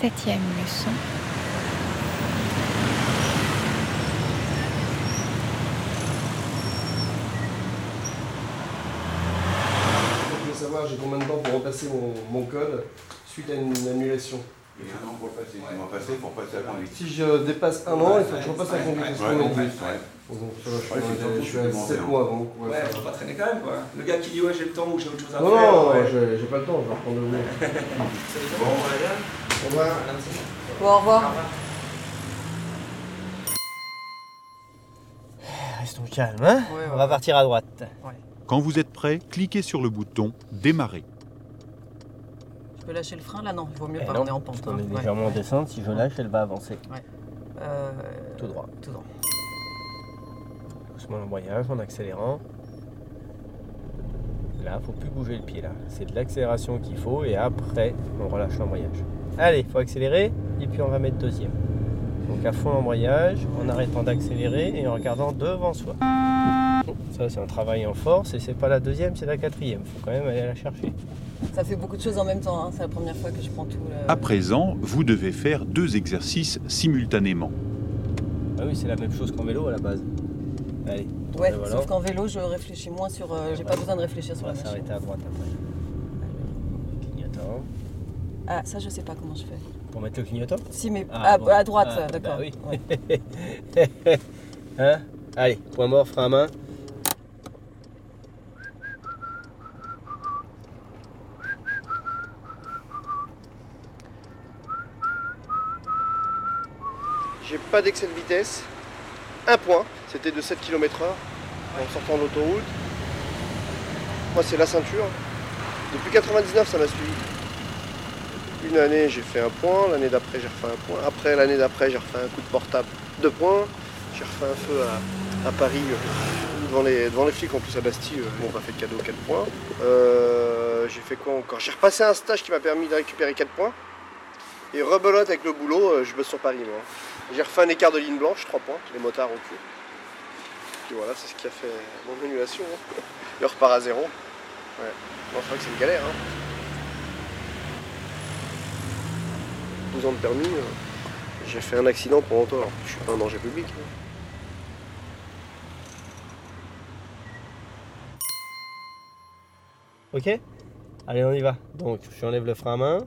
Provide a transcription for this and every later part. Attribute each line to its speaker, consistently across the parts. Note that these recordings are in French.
Speaker 1: septième leçon.
Speaker 2: Je voulais savoir, j'ai combien de temps pour repasser mon, mon code suite à une annulation
Speaker 3: Il y a un an pour passer, tu m'as passé pour passer à la conduite.
Speaker 2: Si je dépasse un an, il faut que je repasse la conduite.
Speaker 3: Ouais,
Speaker 2: parce qu'on
Speaker 3: ouais,
Speaker 2: est deux.
Speaker 3: ouais.
Speaker 2: Donc, ça va, je suis
Speaker 3: Ouais, c'est
Speaker 2: dans les-
Speaker 3: surtout
Speaker 2: je suis à
Speaker 3: supplémentaire.
Speaker 2: 7 mois donc. ouais.
Speaker 4: Ouais, faut pas traîner quand même quoi. Le gars qui dit ouais j'ai le temps ou j'ai autre chose à
Speaker 5: Oh,
Speaker 2: Non,
Speaker 4: faire.
Speaker 2: non,
Speaker 4: ouais.
Speaker 2: j'ai- j'ai pas le temps, je vais reprendre le boulot.
Speaker 4: Bon, ouais, là,
Speaker 2: Au revoir.
Speaker 4: madame, c'est-
Speaker 6: Bon, au revoir.
Speaker 7: Restons calmes, hein
Speaker 6: Ah
Speaker 7: On va partir à droite.
Speaker 8: Quand vous êtes prêt, cliquez sur le bouton Démarrer.
Speaker 6: Je peux lâcher le frein là Non, il vaut mieux
Speaker 7: Eh
Speaker 6: pas,
Speaker 7: non,
Speaker 6: on est en pente.
Speaker 7: On
Speaker 6: hein.
Speaker 7: est
Speaker 6: Ouais.
Speaker 7: légèrement en descente, si je lâche, elle va avancer.
Speaker 6: Euh,
Speaker 7: Tout droit.
Speaker 6: Tout droit.
Speaker 7: Doucement l'embrayage, en accélérant. Là, faut plus bouger le pied là. C'est de l'accélération qu'il faut et après, on relâche l'embrayage. Allez, faut accélérer et puis on va mettre deuxième. Donc à fond l'embrayage, en arrêtant d'accélérer et en regardant devant soi. Ça, c'est un travail en force et c'est pas la deuxième, c'est la quatrième. Faut quand même aller la chercher.
Speaker 6: Ça fait beaucoup de choses en même temps. hein. C'est la première fois que je prends tout. euh, le-
Speaker 8: À présent, vous devez faire deux exercices simultanément.
Speaker 7: Ah oui, c'est la même chose qu'en vélo à la base. Allez,
Speaker 6: Ouais,
Speaker 7: le volant.
Speaker 6: sauf qu'en vélo, je réfléchis moins sur. euh, j'ai pas besoin de réfléchir
Speaker 7: on
Speaker 6: sur la
Speaker 7: va
Speaker 6: machine.
Speaker 7: s'arrêter à droite après. Clignotant.
Speaker 6: Ah, ça, je sais pas comment je fais.
Speaker 7: Pour mettre le clignotant
Speaker 6: Si, mais
Speaker 7: Ah,
Speaker 6: à,
Speaker 7: bon.
Speaker 6: à droite,
Speaker 7: Ah,
Speaker 6: euh, d'accord.
Speaker 7: bah oui.
Speaker 6: Ouais.
Speaker 7: Hein Allez, point mort, frein à main.
Speaker 5: J'ai pas d'excès de vitesse. Un point, c'était de 7 km/h en sortant de l'autoroute. Moi, c'est la ceinture. Depuis 99, ça m'a suivi. Une année, j'ai fait un point. L'année d'après, j'ai refait un point. Après, l'année d'après, j'ai refait un coup de portable, deux points. J'ai refait un feu à, à Paris, euh, devant les, devant les flics, en plus à Bastille. euh, Bon, on m'a fait de cadeau, 4 points. Euh, j'ai fait quoi encore J'ai repassé un stage qui m'a permis de récupérer 4 points. Et rebelote avec le boulot, euh, je bosse sur Paris, moi. J'ai refait un écart de ligne blanche, 3 points, les motards au cul. Puis voilà, c'est ce qui a fait mon annulation. hein. Et on repart à zéro. Ouais. Bon, c'est vrai que c'est une galère. Hein. 12 ans de permis, euh, j'ai fait un accident pour longtemps, alors que je suis pas un danger public. hein.
Speaker 7: Ok Allez, on y va. Donc, je enlève le frein à main.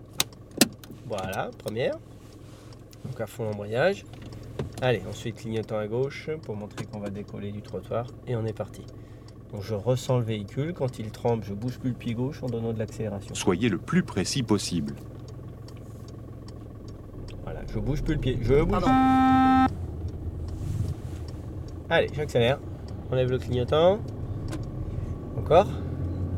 Speaker 7: Voilà, première. Donc, à fond l'embrayage. Allez, ensuite clignotant à gauche pour montrer qu'on va décoller du trottoir. Et on est parti. Donc, je ressens le véhicule. Quand il trempe, je bouge plus le pied gauche en donnant de l'accélération.
Speaker 8: Soyez le plus précis possible.
Speaker 7: Voilà, je bouge plus le pied. Je bouge.
Speaker 6: Pardon.
Speaker 7: Allez, j'accélère. Enlève le clignotant. Encore.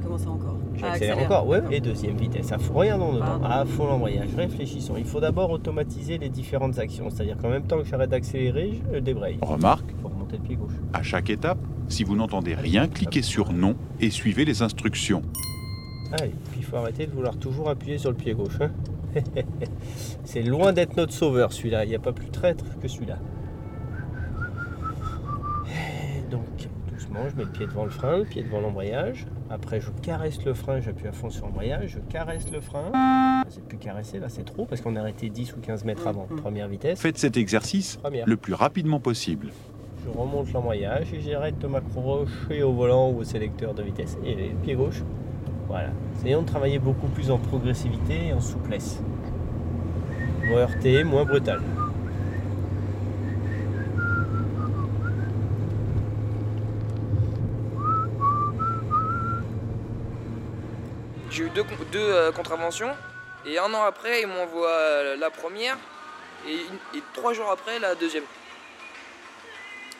Speaker 6: Comment ça encore Ah,
Speaker 7: J'accélère
Speaker 6: accélère.
Speaker 7: encore, ouais,
Speaker 6: D'accord.
Speaker 7: et deuxième vitesse. À fond, regardons devant,
Speaker 6: Pardon.
Speaker 7: à fond Ah, l'embrayage, réfléchissons. Il faut d'abord automatiser les différentes actions, c'est-à-dire qu'en même temps que j'arrête d'accélérer, je débraye.
Speaker 8: Remarque,
Speaker 7: Il faut remonter le pied gauche.
Speaker 8: à chaque étape, si vous n'entendez rien, cliquez sur Non et suivez les instructions.
Speaker 7: Allez, Ah, puis il faut arrêter de vouloir toujours appuyer sur le pied gauche. hein. C'est loin d'être notre sauveur celui-là, il n'y a pas plus traître que celui-là. Donc doucement, je mets le pied devant le frein, le pied devant l'embrayage. Après, je caresse le frein, j'appuie à fond sur l'embrayage, je caresse le frein. Ah, C'est plus caresser, là c'est trop parce qu'on a arrêté 10 ou 15 mètres avant.
Speaker 6: Mhm.
Speaker 7: Première vitesse.
Speaker 8: Faites cet exercice
Speaker 7: Première.
Speaker 8: le plus rapidement possible.
Speaker 7: Je remonte l'embrayage et j'arrête de m'accrocher au volant ou au sélecteur de vitesse et le pied gauche. Voilà. Essayons de travailler beaucoup plus en progressivité et en souplesse. Moins heurté, moins brutal.
Speaker 9: J'ai eu deux, con- deux, euh, contraventions et un an après, ils m'envoient euh, la première et, une- et trois jours après, la deuxième.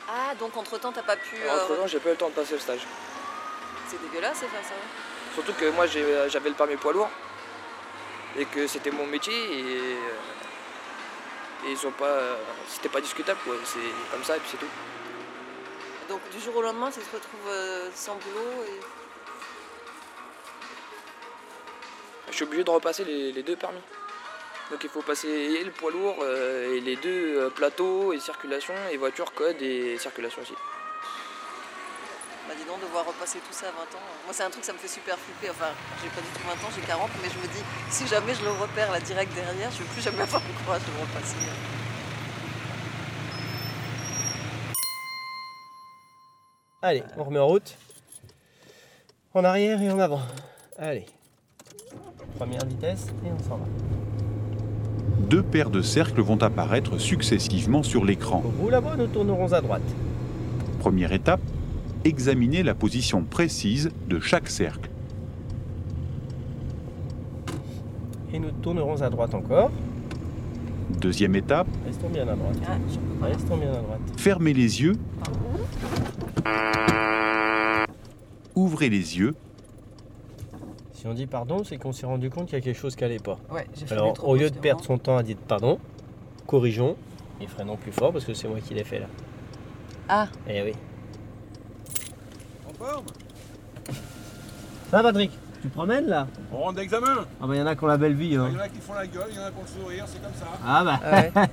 Speaker 6: Ah, donc entre temps, t'as pas pu. euh,
Speaker 9: Entre temps, j'ai pas eu le temps de passer le stage.
Speaker 6: C'est dégueulasse de faire ça. ouais.
Speaker 9: Surtout que moi, j'ai, euh, j'avais le permis poids lourd et que c'était mon métier et, euh, et ils ont pas. euh, c'était pas discutable quoi, c'est comme ça et puis c'est tout.
Speaker 6: Donc du jour au lendemain, tu te retrouves euh, sans boulot et.
Speaker 9: Je suis obligé de repasser les, les deux permis. Donc il faut passer et le poids lourd euh, et les deux euh, plateaux et circulation et voiture code et circulation aussi.
Speaker 6: Bah, Bah dis donc, devoir repasser tout ça à 20 ans. euh. Moi, c'est un truc, ça me fait super flipper. Enfin, j'ai pas du tout 20 ans, j'ai 40, mais je me dis, si jamais je le repère là direct derrière, je vais plus jamais avoir le courage de le repasser.
Speaker 7: Allez, on remet en route. En arrière et en avant. Allez. Première vitesse et on s'en va.
Speaker 8: Deux paires de cercles vont apparaître successivement sur l'écran.
Speaker 7: Au bout là-bas, nous tournerons à droite.
Speaker 8: Première étape, examiner la position précise de chaque cercle.
Speaker 7: Et nous tournerons à droite encore.
Speaker 8: Deuxième étape,
Speaker 7: Restons bien à droite.
Speaker 6: Ah, je peux pas.
Speaker 7: Restons bien à droite.
Speaker 8: fermer les yeux. Ouvrez les yeux
Speaker 7: Si on dit pardon, c'est qu'on s'est rendu compte qu'il y a quelque chose qui n'allait pas.
Speaker 1: Ouais, j'ai fait
Speaker 7: Alors,
Speaker 1: trop
Speaker 7: au lieu de perdre son temps à dire pardon, corrigeons et freinons plus fort parce que c'est moi qui l'ai fait là.
Speaker 6: Ah.
Speaker 7: Eh oui. Ça va, Patrick Tu promènes là
Speaker 4: On rentre d'examen.
Speaker 7: Ah, bah, il y en a qui ont la belle vie. Hein.
Speaker 4: en a qui font la gueule, il y en a qui ont le sourire, c'est comme ça.
Speaker 7: Ah, bah.
Speaker 9: Ouais.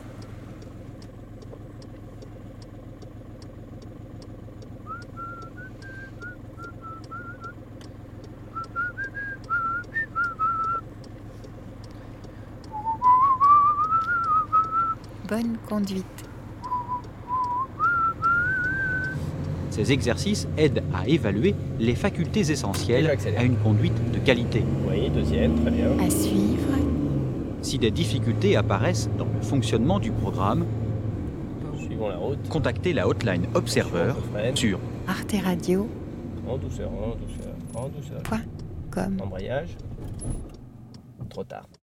Speaker 1: Bonne conduite.
Speaker 10: Ces exercices aident à évaluer les facultés
Speaker 7: Et
Speaker 10: essentielles
Speaker 7: j'accélère.
Speaker 10: à une conduite de qualité.
Speaker 7: Oui, deuxième, très bien.
Speaker 1: À suivre.
Speaker 10: Si des difficultés apparaissent dans le fonctionnement du programme,
Speaker 7: Suivons la route.
Speaker 10: contactez la hotline Observer
Speaker 7: On se freine.
Speaker 10: sur
Speaker 1: Arte Radio
Speaker 7: En douceur, en douceur, en douceur.
Speaker 1: comme
Speaker 7: Embrayage. Trop tard.